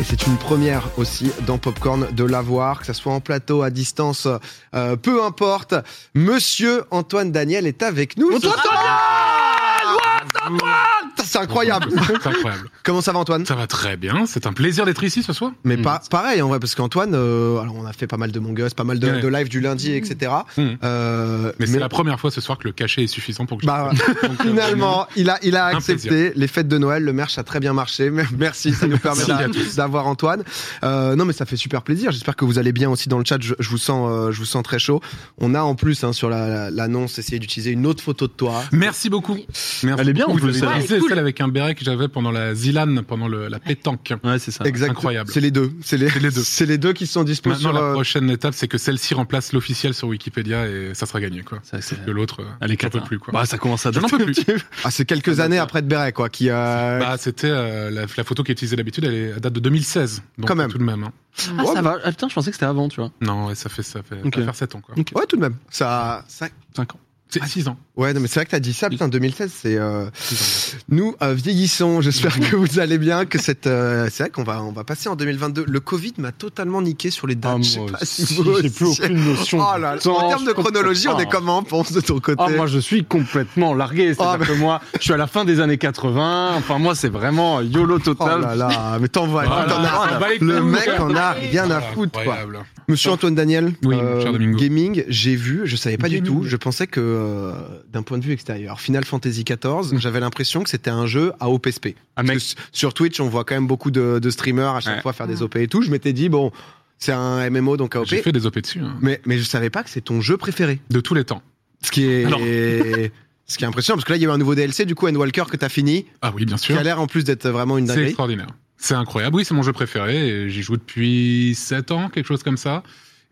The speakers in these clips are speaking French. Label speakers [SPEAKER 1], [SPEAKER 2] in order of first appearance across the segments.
[SPEAKER 1] Et c'est une première aussi dans Popcorn de l'avoir, que ce soit en plateau, à distance, euh, peu importe. Monsieur Antoine Daniel est avec nous.
[SPEAKER 2] Antoine
[SPEAKER 1] Daniel C'est incroyable.
[SPEAKER 2] C'est incroyable.
[SPEAKER 1] Comment ça va Antoine
[SPEAKER 2] Ça Mm. va très bien. C'est un plaisir d'être ici ce soir.
[SPEAKER 1] Mais pas pareil en vrai, parce qu'Antoine, euh, alors on a fait pas mal de Mongus, pas mal de,
[SPEAKER 2] Ouais.
[SPEAKER 1] de live du lundi, etc.
[SPEAKER 2] Mmh.
[SPEAKER 1] Euh,
[SPEAKER 2] Mais, c'est la première fois ce soir que le cachet est suffisant pour que
[SPEAKER 1] Bah,
[SPEAKER 2] je... Donc, euh,
[SPEAKER 1] Finalement, il a, il a
[SPEAKER 2] Un
[SPEAKER 1] accepté les fêtes de Noël. Le merch a très bien marché. Merci, ça nous permet
[SPEAKER 2] Merci
[SPEAKER 1] d'a-
[SPEAKER 2] à tous.
[SPEAKER 1] d'avoir Antoine. Euh, non, mais ça fait super plaisir. J'espère que vous allez bien aussi dans le chat. Je, je vous sens, euh, je vous sens très chaud. On a en plus hein, sur la- l'annonce essayé d'utiliser une autre photo de toi.
[SPEAKER 2] Merci beaucoup. Merci
[SPEAKER 3] Elle est bien,
[SPEAKER 2] beaucoup.
[SPEAKER 3] on
[SPEAKER 2] Je
[SPEAKER 3] peut le
[SPEAKER 2] savais-
[SPEAKER 3] dire.
[SPEAKER 2] c'est celle avec un béret que j'avais pendant la Zilane, pendant le- la pétanque.
[SPEAKER 3] Ouais, c'est ça.
[SPEAKER 1] Exact.
[SPEAKER 2] Ah, incroyable.
[SPEAKER 1] C'est les deux. C'est les,
[SPEAKER 2] C'est les deux.
[SPEAKER 1] C'est les deux qui sont euh, disponibles.
[SPEAKER 2] Maintenant, la prochaine étape, c'est que celle-ci remplace l'officiel sur Wikipédia et ça sera gagné, quoi.
[SPEAKER 3] Ça, c'est-
[SPEAKER 2] Que l'autre, euh,
[SPEAKER 3] Elle est
[SPEAKER 2] j'en peux
[SPEAKER 3] catin.
[SPEAKER 2] plus, quoi.
[SPEAKER 3] Bah, ça commence à
[SPEAKER 2] Je n'en peux plus.
[SPEAKER 1] Ah, c'est quelques années après de Béret, quoi. Qui, euh,
[SPEAKER 2] Bah, c'était euh, la, la photo qui est utilisée d'habitude, elle, est- elle date de 2016. Donc,
[SPEAKER 1] Quand même.
[SPEAKER 2] tout de même. hein.
[SPEAKER 3] Ah, ça va. Ah, putain, je pensais que c'était avant, tu vois.
[SPEAKER 2] Non, ouais, ça fait ça fait,
[SPEAKER 3] Ok.
[SPEAKER 2] ça va faire 7 ans, quoi. Ah,
[SPEAKER 1] ouais, tout de même. Ça, ça-
[SPEAKER 3] 5 ans.
[SPEAKER 2] C'est 6 ans.
[SPEAKER 1] ouais, non, mais c'est vrai que t'as dit ça. Putain, 2016, c'est. euh,
[SPEAKER 2] Six ans.
[SPEAKER 1] Nous euh, vieillissons, j'espère que vous allez bien, que cette euh, c'est vrai qu'on va on va passer en 2022. Le Covid m'a totalement niqué sur les dates.
[SPEAKER 3] Ah,
[SPEAKER 1] Je sais
[SPEAKER 3] moi
[SPEAKER 1] pas si
[SPEAKER 3] aussi,
[SPEAKER 1] vous
[SPEAKER 3] j'ai
[SPEAKER 1] aussi.
[SPEAKER 3] plus aucune notion
[SPEAKER 1] Oh
[SPEAKER 3] du
[SPEAKER 1] là là.
[SPEAKER 3] temps,
[SPEAKER 1] En termes de
[SPEAKER 3] je comprends
[SPEAKER 1] chronologie, on
[SPEAKER 3] pas.
[SPEAKER 1] est comment, pense de ton côté
[SPEAKER 3] Ah, moi, je suis complètement largué. C'est-à-dire
[SPEAKER 1] Ah, bah.
[SPEAKER 3] que moi, je suis à la fin des années 80. Enfin, moi, c'est vraiment YOLO
[SPEAKER 1] Oh
[SPEAKER 3] total.
[SPEAKER 1] là là, mais t'en vois,
[SPEAKER 2] Voilà,
[SPEAKER 1] t'en as-
[SPEAKER 2] on va les
[SPEAKER 1] le
[SPEAKER 2] couilles.
[SPEAKER 1] mec en a rien à foutre. Quoi.
[SPEAKER 2] Incroyable.
[SPEAKER 1] Monsieur Antoine Daniel, euh,
[SPEAKER 2] Oui, mon cher Domingo.
[SPEAKER 1] gaming, j'ai vu, je savais pas du
[SPEAKER 2] Gaming.
[SPEAKER 1] tout, je pensais que euh, d'un point de vue extérieur, Final Fantasy XIV,
[SPEAKER 2] Mm.
[SPEAKER 1] j'avais l'impression que c'était un jeu à OPSP.
[SPEAKER 3] Ah,
[SPEAKER 1] Parce
[SPEAKER 3] mec,
[SPEAKER 1] que s- sur Twitch, on voit quand même beaucoup de, de streamers à chaque
[SPEAKER 3] Ouais.
[SPEAKER 1] fois faire des
[SPEAKER 4] Mm.
[SPEAKER 1] OP et tout. Je m'étais dit, bon, c'est un MMO, donc AOP.
[SPEAKER 2] J'ai fait des OP dessus, hein.
[SPEAKER 1] Mais, mais je savais pas que c'est ton jeu préféré.
[SPEAKER 2] de tous les temps.
[SPEAKER 1] Ce qui est.
[SPEAKER 2] Alors.
[SPEAKER 1] ce qui est impressionnant, parce que là, il y a eu un nouveau DLC, du coup, Endwalker, que t'as fini,
[SPEAKER 2] Ah oui, bien
[SPEAKER 1] qui
[SPEAKER 2] sûr.
[SPEAKER 1] a l'air en plus d'être vraiment une
[SPEAKER 2] C'est
[SPEAKER 1] dinguerie.
[SPEAKER 2] extraordinaire. C'est incroyable. Oui, c'est mon jeu préféré. et J'y joue depuis 7 ans, quelque chose comme ça.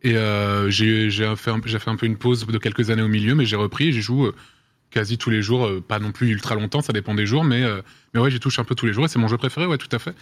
[SPEAKER 2] Et euh, j'ai j'ai fait, un- j'ai fait un peu une pause de quelques années au milieu, mais j'ai repris. et J'y joue euh, quasi tous les jours. euh, Pas non plus ultra longtemps, ça dépend des jours. Mais, euh, mais ouais, j'y touche un peu tous les jours. Et c'est mon jeu préféré, ouais, tout à fait.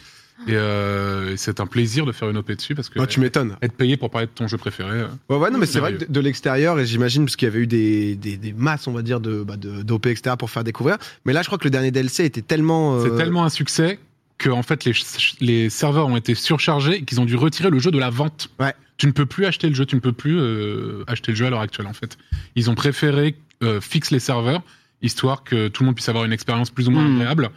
[SPEAKER 2] Et euh, c'est un plaisir de faire une OP dessus parce que
[SPEAKER 1] Oh, tu m'étonnes.
[SPEAKER 2] être payé pour parler de ton jeu préféré. euh,
[SPEAKER 1] Ouais, ouais, non, mais c'est vrai que
[SPEAKER 2] Merveilleux.
[SPEAKER 1] de- de l'extérieur, et j'imagine, parce qu'il y avait eu des, des, des masses, on va dire, de, bah, de- d'OP, etc., pour faire découvrir. Mais là, je crois que le dernier DLC était tellement. euh,
[SPEAKER 2] C'est tellement un succès que en fait les, ch- les serveurs ont été surchargés et qu'ils ont dû retirer le jeu de la vente.
[SPEAKER 1] Ouais.
[SPEAKER 2] Tu ne peux plus acheter le jeu, tu ne peux plus euh, acheter le jeu à l'heure actuelle en fait. Ils ont préféré euh, fixer les serveurs histoire que tout le monde puisse avoir une expérience plus ou moins
[SPEAKER 1] Hmm.
[SPEAKER 3] Mm.
[SPEAKER 2] agréable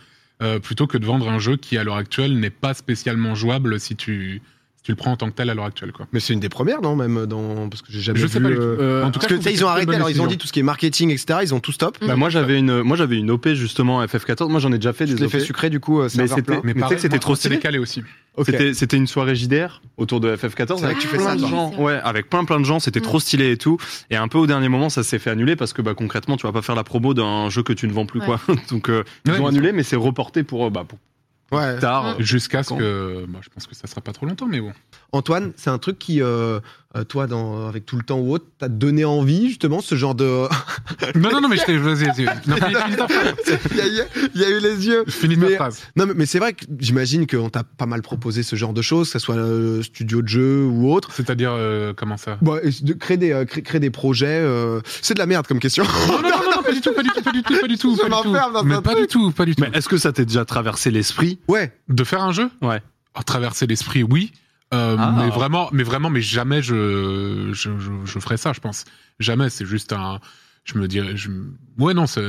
[SPEAKER 2] euh, plutôt que de vendre un jeu qui à l'heure actuelle n'est pas spécialement jouable si tu si tu le prends en tant que tel à l'heure actuelle quoi.
[SPEAKER 1] Mais c'est une des premières, non Même dans. Parce que j'ai jamais
[SPEAKER 2] Je
[SPEAKER 1] vu.
[SPEAKER 2] sais pas du tout.
[SPEAKER 1] euh,
[SPEAKER 3] Euh,
[SPEAKER 2] En tout
[SPEAKER 1] Parce
[SPEAKER 2] cas,
[SPEAKER 1] que,
[SPEAKER 2] je
[SPEAKER 1] tu
[SPEAKER 2] trouve
[SPEAKER 1] sais,
[SPEAKER 2] que
[SPEAKER 1] ils ont
[SPEAKER 2] c'est une
[SPEAKER 1] arrêté,
[SPEAKER 2] bonne
[SPEAKER 1] alors ils ont
[SPEAKER 2] décision.
[SPEAKER 1] dit tout ce qui est marketing, etc., ils ont tout stop.
[SPEAKER 3] bah, moi, j'avais une, moi, j'avais une OP justement à FF14. Moi, j'en ai déjà fait
[SPEAKER 1] Je
[SPEAKER 3] des
[SPEAKER 1] l'ai
[SPEAKER 3] OP.
[SPEAKER 1] fait sucré, du coup, euh,
[SPEAKER 3] Mais
[SPEAKER 1] serveur
[SPEAKER 3] c'était-
[SPEAKER 1] plein.
[SPEAKER 3] mais tu sais que c'était
[SPEAKER 2] moi,
[SPEAKER 3] trop
[SPEAKER 2] c'est
[SPEAKER 3] stylé.
[SPEAKER 2] décalé aussi.
[SPEAKER 1] Ok.
[SPEAKER 3] C'était, c'était une soirée JDR autour de FF14.
[SPEAKER 1] C'est vrai que tu fais
[SPEAKER 3] plein
[SPEAKER 1] ça,
[SPEAKER 3] de
[SPEAKER 1] toi.
[SPEAKER 3] gens,
[SPEAKER 4] Oui, c'est
[SPEAKER 3] ouais, avec plein plein de gens, c'était
[SPEAKER 4] Mm.
[SPEAKER 3] trop stylé et tout. Et un peu au dernier moment, ça s'est fait annuler parce que bah, concrètement, tu vas pas faire la promo d'un jeu que tu ne vends plus quoi. Donc euh, ils
[SPEAKER 2] Ouais,
[SPEAKER 3] ont
[SPEAKER 2] mais-
[SPEAKER 3] annulé, mais c'est reporté pour euh, bah, pour
[SPEAKER 1] Ouais.
[SPEAKER 3] tard.
[SPEAKER 2] Jusqu'à ce
[SPEAKER 3] Quand
[SPEAKER 2] que bah, je pense que ça sera pas trop longtemps mais bon.
[SPEAKER 1] Antoine, c'est un truc qui, euh, euh, toi, dans, avec tout le temps ou autre, t'a donné envie, justement, ce genre de.
[SPEAKER 2] Non non non mais je t'ai vas-y, vas-y. Non, finis- finis ta phrase.
[SPEAKER 1] il, y a, eu- il y a eu les yeux.
[SPEAKER 2] Finis ta
[SPEAKER 1] Mais-
[SPEAKER 2] phrase.
[SPEAKER 1] Non, mais, mais c'est vrai que j'imagine qu'on t'a pas mal proposé ce genre de choses, que ce soit euh, studio de jeu ou autre.
[SPEAKER 2] C'est-à-dire, euh, comment ça
[SPEAKER 1] Bon, et de créer des, euh, cré- créer des projets, euh, c'est de la merde comme question.
[SPEAKER 2] non, non, non, non, pas du tout, pas du tout, pas du tout, pas du tout.
[SPEAKER 1] Je
[SPEAKER 2] pas du tout.
[SPEAKER 1] m'enferme dans un
[SPEAKER 2] Mais pas du tout, pas du tout.
[SPEAKER 3] Mais est-ce que ça t'est déjà traversé l'esprit
[SPEAKER 1] Ouais,
[SPEAKER 2] De faire un jeu
[SPEAKER 3] Ouais.
[SPEAKER 2] Ah, traverser l'esprit, oui. Euh,
[SPEAKER 3] Ah.
[SPEAKER 2] Mais vraiment, mais vraiment, mais jamais je, je, je, je ferai ça, je pense. Jamais, c'est juste un. Je me dirais. Je... Ouais, non, c'est.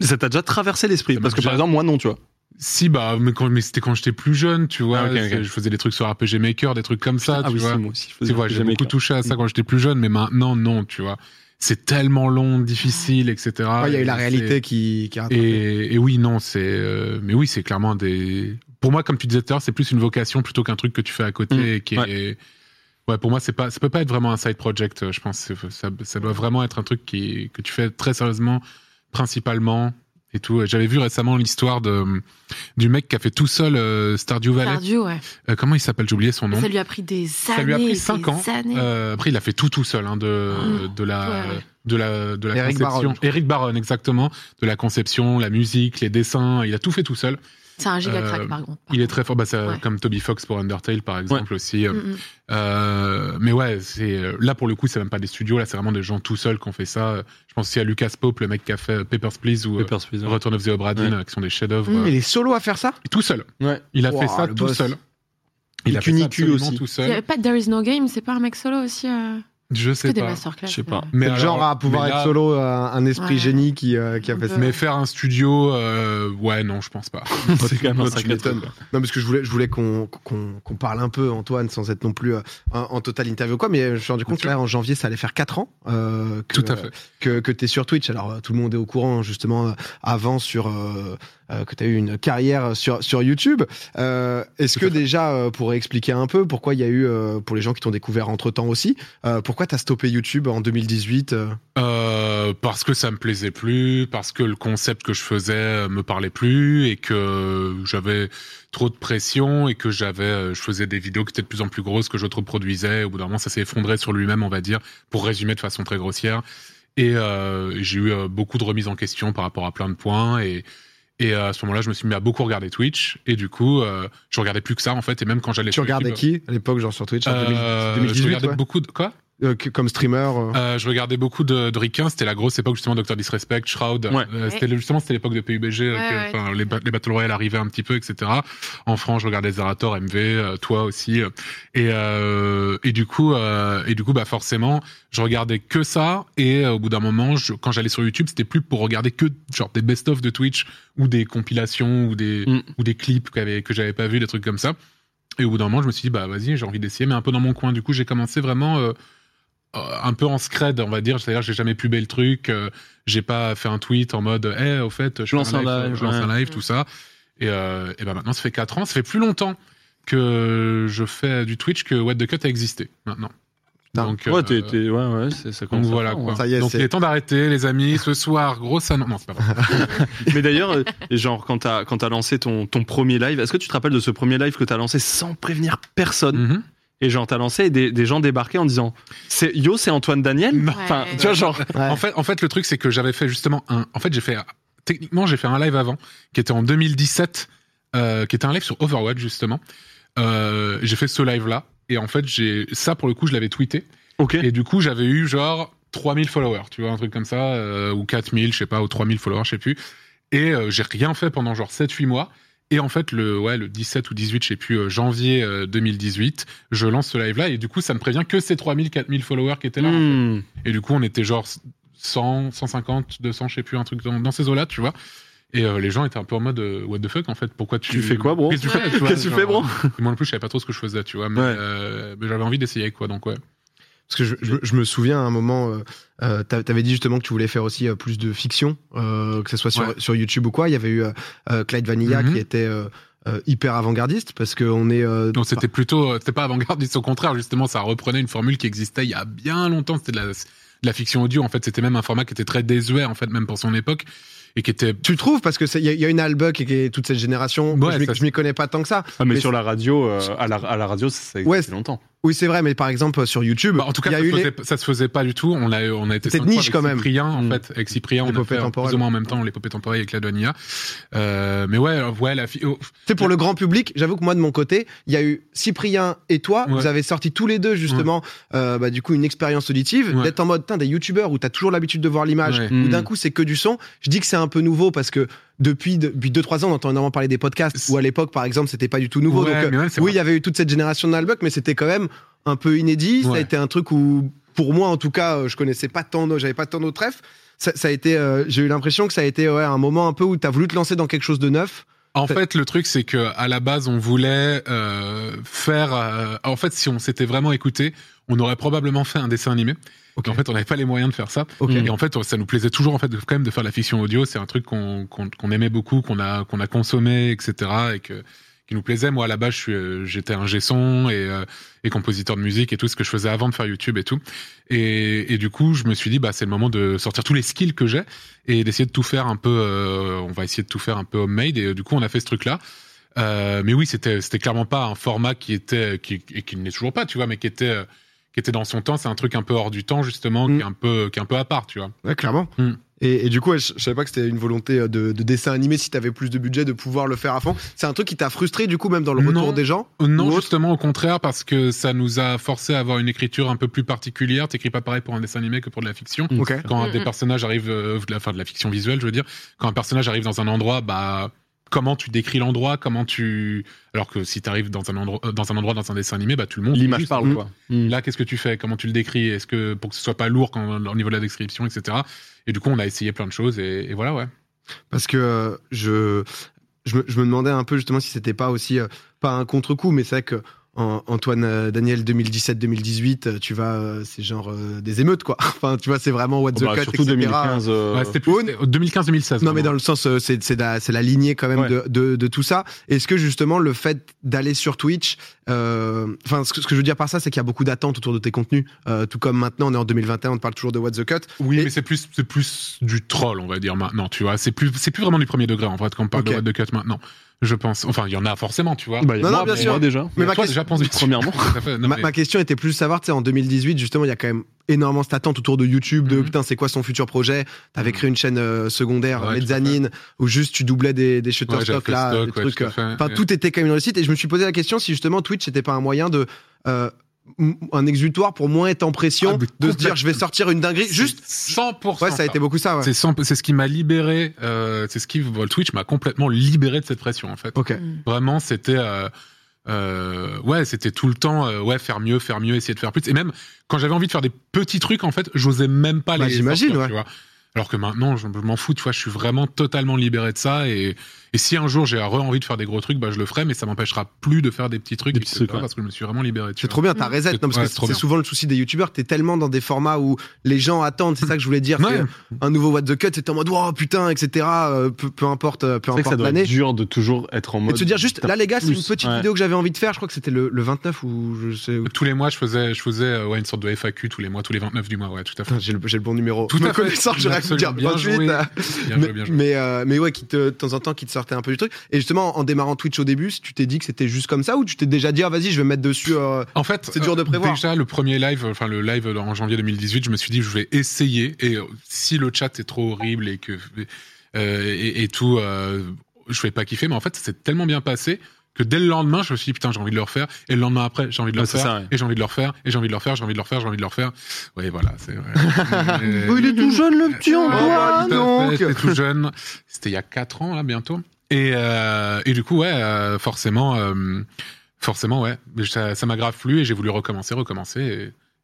[SPEAKER 3] Ça t'a déjà traversé l'esprit
[SPEAKER 2] Ça m'a
[SPEAKER 3] Parce que
[SPEAKER 2] déjà-
[SPEAKER 3] par exemple, moi non, tu vois.
[SPEAKER 2] Si, bah, mais, quand- mais c'était quand j'étais plus jeune, tu vois.
[SPEAKER 3] Ah, ok, ok.
[SPEAKER 2] c'est- Je faisais des trucs sur RPG Maker, des trucs comme ça,
[SPEAKER 3] Ah
[SPEAKER 2] tu
[SPEAKER 3] oui,
[SPEAKER 2] vois.
[SPEAKER 3] si, moi aussi, je faisais
[SPEAKER 2] Tu vois,
[SPEAKER 3] plus
[SPEAKER 2] j'ai
[SPEAKER 3] jamais
[SPEAKER 2] beaucoup
[SPEAKER 3] que-
[SPEAKER 2] touché à ça quand j'étais plus jeune, mais maintenant, non, tu vois. C'est tellement long, difficile, etc.
[SPEAKER 1] Ouais, Ah, il y a eu la
[SPEAKER 2] Et
[SPEAKER 1] réalité qui, qui a rattrapé.
[SPEAKER 2] Ah, Et, et oui, non, c'est. euh, mais oui, c'est clairement des. Pour moi, comme tu disais tout à l'heure, c'est plus une vocation plutôt qu'un truc que tu fais à côté.
[SPEAKER 3] Mm,
[SPEAKER 2] et qui
[SPEAKER 3] ouais.
[SPEAKER 2] est... ouais, pour moi, c'est pas. Ça peut pas être vraiment un side project. euh, Je pense C'est- ça, ça doit vraiment être un truc qui que tu fais très sérieusement, principalement et tout. Et J'avais vu récemment l'histoire de du mec qui a fait tout seul euh, Stardew Valley.
[SPEAKER 4] Perdu, ouais.
[SPEAKER 2] Euh, comment il s'appelle J'ai oublié son nom.
[SPEAKER 4] Ça lui a pris des années.
[SPEAKER 2] Hmm. Ça lui a pris 5
[SPEAKER 4] des
[SPEAKER 2] ans.
[SPEAKER 4] années.
[SPEAKER 2] Euh, après, il a fait tout tout seul, hein, de,
[SPEAKER 4] Oh.
[SPEAKER 2] de la,
[SPEAKER 4] Ouais, ouais.
[SPEAKER 2] de la, de la
[SPEAKER 1] Eric Baron,
[SPEAKER 2] conception.
[SPEAKER 1] je crois.
[SPEAKER 2] Eric Baron, exactement. De la conception, la musique, les dessins. Il a tout fait tout seul.
[SPEAKER 4] C'est un giga crack,
[SPEAKER 2] euh,
[SPEAKER 4] par contre.
[SPEAKER 2] Il est très fort, bah, ça,
[SPEAKER 4] Ouais.
[SPEAKER 2] comme Toby Fox pour Undertale, par exemple, aussi.
[SPEAKER 4] Mm, mm.
[SPEAKER 2] Euh, mais ouais, c'est euh, là pour le coup, c'est même pas des studios. Là, c'est vraiment des gens tout seuls qui ont fait ça. Je pense aussi à Lucas Pope, le mec qui a fait Papers, Please ou euh,
[SPEAKER 3] Papers, Please, ouais.
[SPEAKER 2] Return of the Obra Dinn,
[SPEAKER 3] Ouais.
[SPEAKER 4] Mm.
[SPEAKER 1] Ah,
[SPEAKER 2] euh, qui sont des chefs-d'œuvre.
[SPEAKER 1] Mais
[SPEAKER 2] euh,
[SPEAKER 1] les solos à faire ça
[SPEAKER 2] tout seul.
[SPEAKER 3] Ouais.
[SPEAKER 2] Il a
[SPEAKER 1] Wow,
[SPEAKER 2] fait ça
[SPEAKER 1] le
[SPEAKER 2] tout
[SPEAKER 1] boss.
[SPEAKER 2] seul. Il a fait ça absolument
[SPEAKER 3] Ikuniku aussi.
[SPEAKER 2] tout
[SPEAKER 4] Il n'y avait
[SPEAKER 2] seul.
[SPEAKER 4] pas de There is no game, c'est pas un mec solo aussi. euh,
[SPEAKER 2] Je
[SPEAKER 4] que
[SPEAKER 2] sais
[SPEAKER 4] des
[SPEAKER 2] pas.
[SPEAKER 4] masterclass.
[SPEAKER 3] Je sais pas.
[SPEAKER 4] euh.
[SPEAKER 1] Mais
[SPEAKER 2] Mais alors-
[SPEAKER 1] genre à pouvoir
[SPEAKER 2] mais
[SPEAKER 1] être
[SPEAKER 2] là-
[SPEAKER 1] solo, euh, un esprit
[SPEAKER 4] Ouais.
[SPEAKER 1] génie qui, euh, qui a fait ça.
[SPEAKER 2] Mais faire un studio, euh, ouais, non, je pense pas.
[SPEAKER 3] C'est quand même un
[SPEAKER 1] tu
[SPEAKER 3] sacré truc.
[SPEAKER 1] m'étonnes. Non, parce que je voulais, je voulais qu'on qu'on- qu'on parle un peu, Antoine, sans être non plus euh, en, en totale interview ou quoi, mais je me suis rendu compte que là, en janvier, ça allait faire 4 ans euh, que,
[SPEAKER 2] Tout à fait.
[SPEAKER 1] que, que tu es sur Twitch. Alors, euh, tout le monde est au courant, justement, euh, avant sur, euh, euh, que tu as eu une carrière sur, sur YouTube. Euh, Est-ce
[SPEAKER 2] Tout
[SPEAKER 1] que
[SPEAKER 2] à fait.
[SPEAKER 1] déjà, euh, pour expliquer un peu pourquoi il y a eu, euh, pour les gens qui t'ont découvert entre-temps aussi, euh, pourquoi tu as stoppé YouTube en 2018 euh,
[SPEAKER 2] Euh, parce que ça me plaisait plus, parce que le concept que je faisais euh, me parlait plus et que j'avais trop de pression et que j'avais, euh, je faisais des vidéos qui étaient de plus en plus grosses que je te reproduisais. Au bout d'un moment, ça s'est effondré sur lui-même, on va dire, pour résumer de façon très grossière. Et euh, j'ai eu euh, beaucoup de remises en question par rapport à plein de points et et euh, à ce moment-là, je me suis mis à beaucoup regarder Twitch et du coup, euh, je regardais plus que ça en fait. Et même quand j'allais
[SPEAKER 1] Tu
[SPEAKER 2] sur
[SPEAKER 1] regardais
[SPEAKER 2] YouTube,
[SPEAKER 1] qui à l'époque, genre sur Twitch en
[SPEAKER 2] euh,
[SPEAKER 1] 2018,
[SPEAKER 2] je regardais
[SPEAKER 1] ouais
[SPEAKER 2] beaucoup de quoi
[SPEAKER 1] Euh, que- Comme streamer euh,
[SPEAKER 2] euh, je regardais beaucoup de, de Rikin, c'était la grosse époque justement Docteur Disrespect, Shroud.
[SPEAKER 3] Ouais.
[SPEAKER 2] Euh, c'était le- justement c'était l'époque de PUBG, euh,
[SPEAKER 4] Ouais,
[SPEAKER 2] que,
[SPEAKER 4] ouais,
[SPEAKER 2] enfin,
[SPEAKER 4] tout à
[SPEAKER 2] les, ba- les battle royale arrivaient un petit peu, etc. En France, je regardais Zerator, MV, euh, toi aussi, euh, et euh, et du coup euh, et du coup bah forcément, je regardais que ça et euh, au bout d'un moment, je- quand j'allais sur YouTube, c'était plus pour regarder que genre des best-of de Twitch ou des compilations ou des
[SPEAKER 3] Mm.
[SPEAKER 2] ou des clips qu'avait- que j'avais pas vu, des trucs comme ça. Et au bout d'un moment, je me suis dit, bah vas-y, j'ai envie d'essayer, mais un peu dans mon coin. Du coup, j'ai commencé vraiment euh, euh, un peu en scred, on va dire. C'est-à-dire, j'ai jamais pubé le truc, euh, j'ai pas fait un tweet en mode, eh, au fait, je, fais
[SPEAKER 3] lance un live,
[SPEAKER 2] je lance
[SPEAKER 3] ouais.
[SPEAKER 2] un live, tout ça. Et, euh, et ben maintenant, ça fait 4 ans, ça fait plus longtemps que je fais du Twitch que What the Cut a existé maintenant.
[SPEAKER 1] Putain.
[SPEAKER 2] Donc,
[SPEAKER 3] Ouais,
[SPEAKER 2] euh,
[SPEAKER 3] t'es- t'es- ouais, ouais, c'est- ça
[SPEAKER 2] donc
[SPEAKER 3] commence à
[SPEAKER 2] voilà
[SPEAKER 3] faire,
[SPEAKER 2] quoi.
[SPEAKER 1] Ça y est,
[SPEAKER 2] donc
[SPEAKER 1] c'est-
[SPEAKER 2] il est temps d'arrêter, les amis. Ce soir, grosse annonce. Non, c'est pas vrai.
[SPEAKER 3] Mais d'ailleurs, euh, genre, quand t'as, quand t'as lancé ton, ton premier live, est-ce que tu te rappelles de ce premier live que t'as lancé sans prévenir
[SPEAKER 1] Mm.
[SPEAKER 3] personne
[SPEAKER 2] Mhm.
[SPEAKER 3] Et genre, t'as lancé et des, des gens débarquaient en disant c'est, Yo, c'est Antoine Daniel
[SPEAKER 1] Mm.
[SPEAKER 2] Non.
[SPEAKER 3] Enfin,
[SPEAKER 4] Ouais.
[SPEAKER 3] tu vois, genre.
[SPEAKER 1] Ouais.
[SPEAKER 2] En fait, en fait, le truc, c'est que j'avais fait justement un. En fait, j'ai fait. Techniquement, j'ai fait un live avant, qui était en 2017, euh, qui était un live sur Overwatch, justement. Euh, j'ai fait ce live-là. Et en fait, j'ai ça, pour le coup, je l'avais tweeté.
[SPEAKER 3] Ok.
[SPEAKER 2] Et du coup, j'avais eu genre 3000 followers, tu vois, un truc comme ça, euh, ou 4000, je sais pas, ou 3000 followers, je sais plus. Et euh, j'ai rien fait pendant genre 7-8 mois. Et en fait, le, ouais, le 17 ou 18, je sais plus, euh, janvier euh, 2018, je lance ce live-là. Et du coup, ça me prévient que ces 3000, 4000 followers qui étaient là. en fait.
[SPEAKER 3] Hmm.
[SPEAKER 2] Et du coup, on était genre 100, 150, 200, je sais plus, un truc dans, dans ces eaux-là, tu vois. Et euh, les gens étaient un peu en mode euh, what the fuck en fait, pourquoi tu
[SPEAKER 3] Tu fais quoi, bro
[SPEAKER 2] Qu'est-ce que tu fais, tu vois,
[SPEAKER 3] Qu'est-ce que tu
[SPEAKER 2] genre,
[SPEAKER 3] fais, bro
[SPEAKER 2] euh, Moi non plus, je savais pas trop ce que je faisais, tu vois, mais,
[SPEAKER 3] Ouais.
[SPEAKER 2] euh, mais j'avais envie d'essayer quoi, donc ouais.
[SPEAKER 1] Parce que je, je- je me souviens à un moment, euh, euh, t'a- t'avais dit justement que tu voulais faire aussi euh, plus de fiction, euh, que ce soit sur,
[SPEAKER 2] Ouais.
[SPEAKER 1] sur YouTube ou quoi. Il y avait eu euh, euh, Clyde Vanilla
[SPEAKER 2] Mhm.
[SPEAKER 1] qui était euh, euh, hyper avant-gardiste parce qu'on est. euh,
[SPEAKER 2] Donc c'était plutôt, euh, c'était pas avant-gardiste, au contraire, justement, ça reprenait une formule qui existait il y a bien longtemps. C'était de la, de la fiction audio, en fait. C'était même un format qui était très désuet, en fait, même pour son époque, et qui était.
[SPEAKER 1] tu trouves parce que c'est- il y, a- il y a une Albuck et qui est toute cette génération.
[SPEAKER 2] Ouais,
[SPEAKER 1] je m'y-
[SPEAKER 2] ça,
[SPEAKER 1] je m'y connais pas tant que ça.
[SPEAKER 3] Ah, mais,
[SPEAKER 1] Mais
[SPEAKER 3] sur la radio, euh, à, la, à la radio, ça, ça existe
[SPEAKER 1] Ouais,
[SPEAKER 3] depuis longtemps.
[SPEAKER 1] Oui, c'est vrai, mais par exemple euh, sur YouTube,
[SPEAKER 2] Bah, en tout cas,
[SPEAKER 1] il y
[SPEAKER 2] ça,
[SPEAKER 1] a eu
[SPEAKER 2] se faisait,
[SPEAKER 1] les.
[SPEAKER 2] ça se faisait pas du tout. On a, on a été
[SPEAKER 1] C'était
[SPEAKER 2] cinq
[SPEAKER 1] niche,
[SPEAKER 2] fois avec
[SPEAKER 1] quand même.
[SPEAKER 2] Cyprien, en
[SPEAKER 3] Mm.
[SPEAKER 2] fait, avec Cyprien, on a
[SPEAKER 1] L'épopée
[SPEAKER 2] fait euh,
[SPEAKER 1] temporelle.
[SPEAKER 2] plus ou moins en même temps l'épopée temporelle avec la Donia. Euh, mais ouais, alors, ouais, la fi- oh,
[SPEAKER 1] Tu sais, pour le grand public, j'avoue que moi de mon côté, il y a eu Cyprien et toi.
[SPEAKER 2] Ouais.
[SPEAKER 1] Vous avez sorti tous les deux justement, euh, bah, du coup, une expérience auditive,
[SPEAKER 2] Ouais.
[SPEAKER 1] d'être en mode, Tain, des youtubeurs où t'as toujours l'habitude de voir l'image.
[SPEAKER 2] ouais.
[SPEAKER 1] où
[SPEAKER 3] Hmm.
[SPEAKER 1] d'un coup c'est que du son. Je dis que c'est un peu nouveau parce que depuis depuis deux trois ans on entend énormément parler des podcasts
[SPEAKER 2] C'est-
[SPEAKER 1] où à l'époque par exemple c'était pas du tout nouveau.
[SPEAKER 2] Ouais,
[SPEAKER 1] donc euh,
[SPEAKER 2] mais ouais, c'est
[SPEAKER 1] oui
[SPEAKER 2] vrai.
[SPEAKER 1] il y avait eu toute cette génération d'Albuck mais c'était quand même un peu inédit. Ça a
[SPEAKER 2] Ouais.
[SPEAKER 1] été un truc où pour moi en tout cas euh, je connaissais pas tant nos- j'avais pas tant nos trèfles. Ça, ça a été euh, j'ai eu l'impression que ça a été ouais, un moment un peu où t'as voulu te lancer dans quelque chose de neuf.
[SPEAKER 2] En
[SPEAKER 1] Fait-
[SPEAKER 2] fait, le truc, c'est que à la base, on voulait euh, faire. euh, en fait, si on s'était vraiment écouté, on aurait probablement fait un dessin animé.
[SPEAKER 1] Ok.
[SPEAKER 2] Et En fait, on n'avait pas les moyens de faire ça.
[SPEAKER 1] Ok.
[SPEAKER 2] Et en fait, ça nous plaisait toujours en fait de- quand même de faire de la fiction audio. C'est un truc qu'on qu'on- qu'on aimait beaucoup, qu'on a qu'on a consommé, etc. Et que qui nous plaisait. Moi, à la base, je suis, euh, j'étais un son et, euh, et compositeur de musique et tout ce que je faisais avant de faire YouTube et tout. Et, et du coup, je me suis dit, bah, c'est le moment de sortir tous les skills que j'ai et d'essayer de tout faire un peu. euh, on va essayer de tout faire un peu homemade. Et euh, du coup, on a fait ce truc-là. Euh, mais oui, c'était c'était clairement pas un format qui était qui et qui n'est toujours pas, tu vois, mais qui était euh, qui était dans son temps. C'est un truc un peu hors du temps justement,
[SPEAKER 1] Mm.
[SPEAKER 2] qui est un peu qui est un peu à part, tu vois.
[SPEAKER 1] Ouais, clairement.
[SPEAKER 2] Hmm.
[SPEAKER 1] Et, et du coup, ouais, je, je savais pas que c'était une volonté euh, de, de dessin animé si t'avais plus de budget de pouvoir le faire à fond. C'est un truc qui t'a frustré du coup même dans le retour
[SPEAKER 2] Non.
[SPEAKER 1] des gens. Ou
[SPEAKER 2] Euh, Non,
[SPEAKER 1] autre
[SPEAKER 2] justement, au contraire, parce que ça nous a forcé à avoir une écriture un peu plus particulière. T'écris pas pareil pour un dessin animé que pour de la fiction.
[SPEAKER 1] Ok.
[SPEAKER 2] Quand
[SPEAKER 4] Mm,
[SPEAKER 2] des
[SPEAKER 4] mm.
[SPEAKER 2] personnages arrivent, euh, de la, enfin, de la fiction visuelle, je veux dire, quand un personnage arrive dans un endroit, bah, comment tu décris l'endroit, comment tu. Alors que si tu arrives dans un endroit, euh, dans un endroit, dans un dessin animé, bah tu le montres.
[SPEAKER 3] L'image
[SPEAKER 2] juste.
[SPEAKER 3] parle,
[SPEAKER 1] hmm,
[SPEAKER 3] quoi. Mm.
[SPEAKER 2] Là, qu'est-ce que tu fais Comment tu le décris Est-ce que pour que ce soit pas lourd quand, au niveau de la description, etc. Et du coup, on a essayé plein de choses et, et voilà, ouais.
[SPEAKER 1] Parce que euh, je, je, me, je me demandais un peu justement si c'était pas aussi, euh, pas un contre-coup, mais c'est vrai que en- Antoine euh, Daniel 2017-2018, euh, tu vas, euh, c'est genre euh, des émeutes quoi. enfin, tu vois, c'est vraiment what the
[SPEAKER 3] Bah,
[SPEAKER 1] cut,
[SPEAKER 3] surtout
[SPEAKER 1] etc.
[SPEAKER 3] 2015. euh,
[SPEAKER 2] Ouais, c'était plus
[SPEAKER 1] Own-
[SPEAKER 2] c'était 2015-2016.
[SPEAKER 1] Non, mais dans
[SPEAKER 2] vraiment.
[SPEAKER 1] le sens, euh, c'est c'est la, c'est la lignée quand même
[SPEAKER 3] Ouais.
[SPEAKER 1] de, de, de tout ça. Est-ce que justement le fait d'aller sur Twitch, euh, enfin, ce, que- ce que je veux dire par ça, c'est qu'il y a beaucoup d'attentes autour de tes contenus. Euh, tout comme maintenant, on est en 2021, on te parle toujours de What the Cut.
[SPEAKER 2] Oui,
[SPEAKER 1] Et-
[SPEAKER 2] mais c'est plus, c'est plus du troll, on va dire maintenant, tu vois. C'est plus, c'est plus vraiment du premier degré, en fait, quand on parle
[SPEAKER 1] Ok.
[SPEAKER 2] de What the Cut maintenant. Je pense. Enfin, il y en a forcément, tu vois.
[SPEAKER 3] bah, il y a
[SPEAKER 1] Non, non,
[SPEAKER 3] moi,
[SPEAKER 1] bien
[SPEAKER 3] pour
[SPEAKER 1] sûr.
[SPEAKER 3] moi, déjà.
[SPEAKER 1] Mais ma
[SPEAKER 2] toi,
[SPEAKER 1] question-
[SPEAKER 2] déjà, pense
[SPEAKER 3] Premièrement.
[SPEAKER 2] Tout à fait. Non,
[SPEAKER 1] ma,
[SPEAKER 2] mais-
[SPEAKER 1] ma question était plus de savoir, tu sais, en 2018, justement, il y a quand même énormément cette attente autour de YouTube, de
[SPEAKER 2] Mhm.
[SPEAKER 1] putain, c'est quoi son futur projet T'avais
[SPEAKER 2] Mhm.
[SPEAKER 1] créé une chaîne euh, secondaire,
[SPEAKER 2] Ouais, tout à
[SPEAKER 1] Mezzanine, où juste tu doublais des, des
[SPEAKER 2] Ouais, j'avais
[SPEAKER 1] shutterstock,
[SPEAKER 2] fait
[SPEAKER 1] là,
[SPEAKER 2] stock,
[SPEAKER 1] des
[SPEAKER 2] ouais,
[SPEAKER 1] trucs.
[SPEAKER 2] tout à
[SPEAKER 1] euh,
[SPEAKER 2] fait.
[SPEAKER 1] Enfin,
[SPEAKER 2] Et-
[SPEAKER 1] tout était quand même une réussite. Et je me suis posé la question si justement Twitch n'était pas un moyen de. euh, m- un exutoire pour moins être en pression
[SPEAKER 2] Ah, mais
[SPEAKER 1] de se
[SPEAKER 2] complètement.
[SPEAKER 1] dire je vais sortir une dinguerie. Juste.
[SPEAKER 2] 100%.
[SPEAKER 1] Ouais, ça a été beaucoup ça, ouais.
[SPEAKER 2] C'est 100 c'est ce qui m'a libéré. euh, c'est ce qui voilà, Twitch m'a complètement libéré de cette pression en fait.
[SPEAKER 1] Ok.
[SPEAKER 4] mm.
[SPEAKER 2] Vraiment, c'était euh, euh, ouais, c'était tout le temps euh, ouais faire mieux, faire mieux, essayer de faire plus. Et même quand j'avais envie de faire des petits trucs en fait, j'osais même pas
[SPEAKER 1] Bah,
[SPEAKER 2] les
[SPEAKER 1] j'imagine,
[SPEAKER 2] sortir,
[SPEAKER 1] ouais.
[SPEAKER 2] tu vois. Alors que maintenant, je, je m'en fous, tu vois, je suis vraiment totalement libéré de ça. Et, et si un jour j'ai re- envie de faire des gros trucs, bah je le ferai, mais ça m'empêchera plus de faire des petits trucs,
[SPEAKER 3] Des petits
[SPEAKER 2] etc.,
[SPEAKER 3] trucs, ouais.
[SPEAKER 2] parce que je me suis vraiment libéré. tu
[SPEAKER 1] C'est
[SPEAKER 2] vois.
[SPEAKER 1] trop bien, t'as
[SPEAKER 4] Mm.
[SPEAKER 1] reset. Non, parce
[SPEAKER 2] Ouais,
[SPEAKER 1] que
[SPEAKER 2] c'est trop
[SPEAKER 1] c'est
[SPEAKER 2] bien.
[SPEAKER 1] souvent le souci des youtubeurs, t'es tellement dans des formats où les gens attendent, c'est ça que je voulais dire. c'est,
[SPEAKER 2] Ouais.
[SPEAKER 1] euh, Un nouveau What the Cut, c'est en mode, oh putain, etc. euh, peu, peu importe, euh, peu
[SPEAKER 3] C'est vrai que ça
[SPEAKER 1] importe
[SPEAKER 3] doit
[SPEAKER 1] l'année.
[SPEAKER 3] être dur de toujours être en
[SPEAKER 1] Et
[SPEAKER 3] mode.
[SPEAKER 1] de se dire juste,
[SPEAKER 3] putain,
[SPEAKER 1] là les gars, c'est une
[SPEAKER 3] plus,
[SPEAKER 1] petite
[SPEAKER 3] ouais.
[SPEAKER 1] vidéo que j'avais envie de faire, je crois que c'était le, le 29 ou je sais. où.
[SPEAKER 2] Tous les mois, je faisais, je faisais euh, ouais, une sorte de FAQ tous les mois, tous les 29 du mois, ouais, tout à fait.
[SPEAKER 1] Putain, J'ai le, j'ai le bon numéro.
[SPEAKER 2] Tout
[SPEAKER 1] Me
[SPEAKER 2] à fait.
[SPEAKER 1] connaissant, j'aurais pu dire
[SPEAKER 2] Absolument. Bien
[SPEAKER 1] 28,
[SPEAKER 2] joué.
[SPEAKER 1] euh,
[SPEAKER 2] Bien
[SPEAKER 1] mais,
[SPEAKER 2] joué, bien joué.
[SPEAKER 1] Mais, euh, mais ouais, qui te, de temps en temps, qui te sortait un peu du truc. Et justement, en démarrant Twitch au début, tu t'es dit que c'était juste comme ça ou tu t'es déjà dit, ah vas-y, je vais mettre dessus. euh,
[SPEAKER 2] En fait,
[SPEAKER 1] C'est dur de prévoir.
[SPEAKER 2] Déjà, le premier live, enfin le live en janvier 2018, je me suis dit je vais essayer. Et euh, si le chat est trop horrible et que euh, et, et tout, euh, je vais pas kiffer. Mais en fait, ça s'est tellement bien passé que dès le lendemain, je me suis dit putain, j'ai envie de le refaire. Et le lendemain après, j'ai envie de le
[SPEAKER 3] Ouais, c'est
[SPEAKER 2] refaire.
[SPEAKER 3] ça, ouais.
[SPEAKER 2] Et j'ai envie de le refaire. Et j'ai envie de le refaire. J'ai envie de le refaire. J'ai envie de le refaire. Oui, voilà, c'est vrai. Euh,
[SPEAKER 1] Oh, il est tout jeune le petit
[SPEAKER 4] Oh,
[SPEAKER 1] Antoine
[SPEAKER 2] tout à fait,
[SPEAKER 1] donc
[SPEAKER 2] C'était tout jeune. C'était il y a 4 ans, là, bientôt. Et, euh, et du coup, ouais, euh, forcément, euh, forcément, ouais. Mais Ça ça m'a grave plu et j'ai voulu recommencer, recommencer.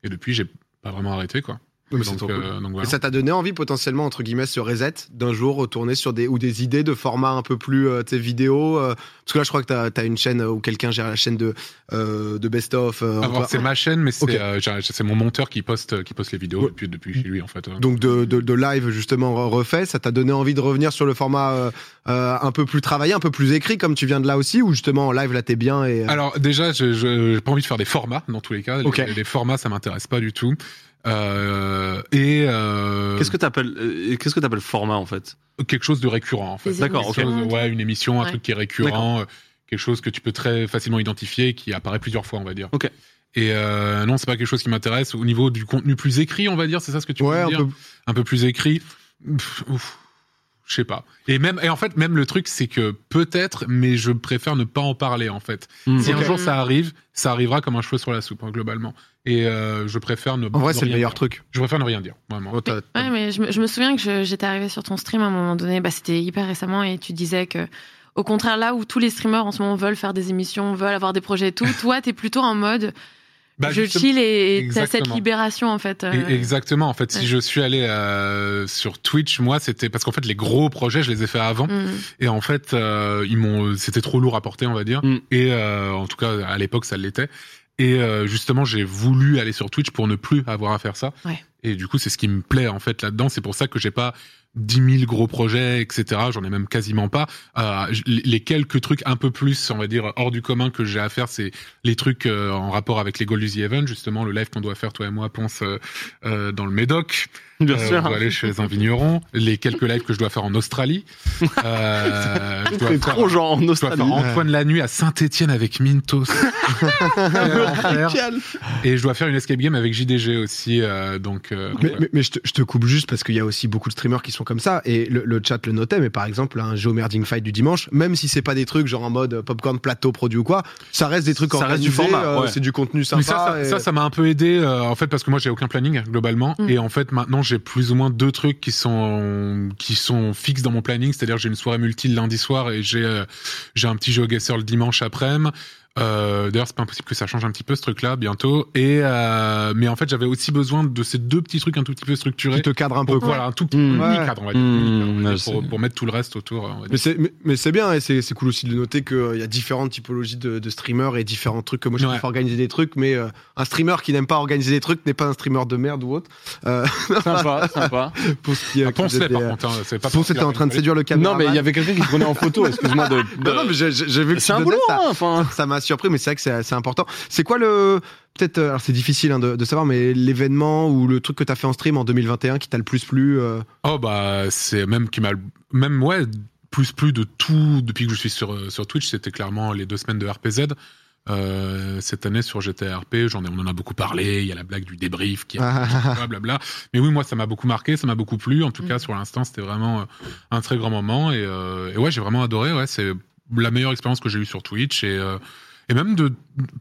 [SPEAKER 2] Et, et depuis, j'ai pas vraiment arrêté, quoi.
[SPEAKER 1] Mais c'est
[SPEAKER 2] donc,
[SPEAKER 1] trop
[SPEAKER 2] euh,
[SPEAKER 1] cool.
[SPEAKER 2] donc
[SPEAKER 1] Et
[SPEAKER 2] voilà.
[SPEAKER 1] ça t'a donné envie potentiellement entre guillemets ce reset d'un jour retourner sur des ou des idées de formats un peu plus euh, tu sais, vidéo euh, parce que là je crois que t'as as une chaîne euh, où quelqu'un gère la chaîne de euh, de best of euh,
[SPEAKER 2] Ah,
[SPEAKER 1] Antoine-
[SPEAKER 2] c'est ma chaîne, mais c'est
[SPEAKER 1] Ok.
[SPEAKER 2] euh, j'ai- c'est mon monteur qui poste, qui poste les vidéos
[SPEAKER 1] Ouais.
[SPEAKER 2] depuis, depuis chez lui, en fait. hein. ouais.
[SPEAKER 1] donc de, de, de live justement re- refait ça t'a donné envie de revenir sur le format euh, euh, un peu plus travaillé un peu plus écrit comme tu viens de là aussi ou justement en live là t'es bien et euh,
[SPEAKER 2] Alors déjà, je- je- j'ai pas envie de faire des formats dans tous les cas. Les-
[SPEAKER 1] Ok.
[SPEAKER 2] Les, formats, ça m'intéresse pas du tout. Euh, et euh,
[SPEAKER 3] Qu'est-ce que t'appelles euh, Qu'est-ce que t'appelles format en fait
[SPEAKER 2] quelque chose de récurrent en fait.
[SPEAKER 4] Des
[SPEAKER 3] D'accord,
[SPEAKER 2] Quelque
[SPEAKER 4] émissions,
[SPEAKER 2] chose-
[SPEAKER 4] des
[SPEAKER 2] Ouais, une émission, un
[SPEAKER 4] Ouais.
[SPEAKER 2] truc qui est récurrent, euh, quelque chose que tu peux très facilement identifier, et qui apparaît plusieurs fois, on va dire.
[SPEAKER 3] Ok.
[SPEAKER 2] Et euh, non, c'est pas quelque chose qui m'intéresse. Au niveau du contenu plus écrit, on va dire, c'est ça ce que tu
[SPEAKER 1] ouais
[SPEAKER 2] veux
[SPEAKER 1] un
[SPEAKER 2] dire
[SPEAKER 1] peu
[SPEAKER 2] un peu plus écrit. Pff, ouf, Je sais pas. Et même, et en fait, même le truc, c'est que peut-être, mais je préfère ne pas en parler en fait. Si
[SPEAKER 3] Mm.
[SPEAKER 2] un
[SPEAKER 1] Ok.
[SPEAKER 2] jour ça arrive, ça arrivera comme un cheveu sur la soupe hein, globalement. Et euh, je préfère ne.
[SPEAKER 1] en vrai
[SPEAKER 2] ne
[SPEAKER 1] c'est le
[SPEAKER 2] rien
[SPEAKER 1] meilleur
[SPEAKER 2] dire.
[SPEAKER 1] truc
[SPEAKER 2] Je préfère ne rien dire, vraiment.
[SPEAKER 1] Oh, t'as-
[SPEAKER 4] Ouais, mais je me, je me souviens que je- j'étais arrivée sur ton stream à un moment donné, bah, c'était hyper récemment, et tu disais que, au contraire, là où tous les streamers en ce moment veulent faire des émissions, veulent avoir des projets et tout, toi, t'es plutôt en mode
[SPEAKER 2] Bah,
[SPEAKER 4] je
[SPEAKER 2] justement-
[SPEAKER 4] chill et t'as cette
[SPEAKER 2] Exactement.
[SPEAKER 4] libération, en fait. euh,
[SPEAKER 2] Et- Exactement. En fait,
[SPEAKER 4] ouais.
[SPEAKER 2] si je suis allé euh, sur Twitch, moi, c'était parce qu'en fait, les gros projets, je les ai fait avant.
[SPEAKER 4] mm.
[SPEAKER 2] Et en fait, euh, ils m'ont, c'était trop lourd à porter, on va dire.
[SPEAKER 3] Mm.
[SPEAKER 2] Et euh, en tout cas, à l'époque, ça l'était. Et euh, justement, j'ai voulu aller sur Twitch pour ne plus avoir à faire ça.
[SPEAKER 4] Ouais.
[SPEAKER 2] Et du coup, c'est ce qui me plaît en fait là-dedans. C'est pour ça que j'ai pas 10 000 gros projets, etc. J'en ai même quasiment pas. Euh, j- les quelques trucs un peu plus, on va dire, hors du commun que j'ai à faire, c'est les trucs euh, en rapport avec les goals du The Event, justement, le live qu'on doit faire toi et moi, Ponce, euh, euh, dans le Médoc.
[SPEAKER 3] Bien
[SPEAKER 2] Euh,
[SPEAKER 3] sûr.
[SPEAKER 2] On doit aller chez un vigneron. Les quelques lives que je dois faire en Australie. Euh, je dois
[SPEAKER 3] C'est
[SPEAKER 2] faire-
[SPEAKER 3] trop genre en
[SPEAKER 2] je dois
[SPEAKER 3] Australie.
[SPEAKER 2] faire Antoine la nuit à Saint-Étienne avec Mintos.
[SPEAKER 3] Nickel.
[SPEAKER 2] et je dois faire une escape game avec JDG aussi. euh, donc, euh, donc,
[SPEAKER 1] Mais,
[SPEAKER 2] ouais.
[SPEAKER 1] mais- mais je, te, je te coupe juste parce qu'il y a aussi beaucoup de streamers qui sont sont comme ça. Et le, le chat le notait, mais par exemple, un géomerding fight du dimanche, même si c'est pas des trucs genre en mode popcorn plateau produit ou quoi, ça reste des trucs
[SPEAKER 3] Ça reste
[SPEAKER 1] organisés.
[SPEAKER 3] du format,
[SPEAKER 1] euh,
[SPEAKER 3] ouais.
[SPEAKER 1] C'est du contenu sympa.
[SPEAKER 2] Mais ça, ça-
[SPEAKER 1] et-
[SPEAKER 2] ça, ça m'a un peu aidé, euh, en fait, parce que moi, j'ai aucun planning, globalement.
[SPEAKER 4] Mm.
[SPEAKER 2] Et en fait, maintenant, j'ai plus ou moins deux trucs qui sont, qui sont fixes dans mon planning. C'est-à-dire, j'ai une soirée multi le lundi soir et j'ai, euh, j'ai un petit jeu au guesseur le dimanche après-midi. Euh, d'ailleurs, c'est pas impossible que ça change un petit peu ce truc-là bientôt. Et euh, mais en fait, j'avais aussi besoin de ces deux petits trucs un tout petit peu structurés.
[SPEAKER 1] qui te cadre un peu.
[SPEAKER 2] Pour,
[SPEAKER 1] quoi.
[SPEAKER 2] voilà, un tout petit mini
[SPEAKER 3] Mm.
[SPEAKER 1] Ouais.
[SPEAKER 2] cadre, on va dire,
[SPEAKER 3] Mm,
[SPEAKER 2] mini cadre, on va
[SPEAKER 3] ouais,
[SPEAKER 2] dire, pour,
[SPEAKER 3] c'est-
[SPEAKER 2] pour mettre tout le reste autour. on va
[SPEAKER 1] Mais
[SPEAKER 2] dire.
[SPEAKER 1] c'est, mais- mais c'est bien et c'est, c'est cool aussi de noter qu'il y a différentes typologies de, de streamers et différents trucs. Moi, je
[SPEAKER 2] Ouais.
[SPEAKER 1] préfère organiser des trucs, mais euh, un streamer qui n'aime pas organiser des trucs n'est pas un streamer de merde ou autre. Euh,
[SPEAKER 3] Sympa, sympa.
[SPEAKER 1] pour ce qui est.
[SPEAKER 2] Ah, Ponce, là, par contre, hein, c'est pas
[SPEAKER 1] Ponce était en train de séduire le caméraman.
[SPEAKER 3] Non, mais il y avait quelqu'un qui te prenait en photo, excuse-moi de. de-
[SPEAKER 1] Non, non, mais j'ai, j'ai- j'ai vu que
[SPEAKER 3] C'est
[SPEAKER 1] tu
[SPEAKER 3] un
[SPEAKER 1] donnais
[SPEAKER 3] boulot,
[SPEAKER 1] ça.
[SPEAKER 3] hein, enfin.
[SPEAKER 1] Ça m'a surpris, mais c'est vrai que c'est, c'est important. C'est quoi le. Peut-être, euh, alors c'est difficile hein, de, de savoir, mais l'événement ou le truc que t'as fait en stream en 2021 qui t'a le plus plu euh,
[SPEAKER 2] Oh bah c'est même qui m'a même ouais plus plus de tout depuis que je suis sur euh, sur Twitch c'était clairement les deux semaines de RPZ Euh, cette année sur GTRP j'en ai on en a beaucoup parlé il y a la blague du débrief qui a blablabla mais oui moi ça m'a beaucoup marqué ça m'a beaucoup plu en tout
[SPEAKER 4] Mm.
[SPEAKER 2] cas sur l'instant c'était vraiment euh, un très grand moment et, euh, et ouais j'ai vraiment adoré ouais c'est la meilleure expérience que j'ai eue sur Twitch et euh, et même de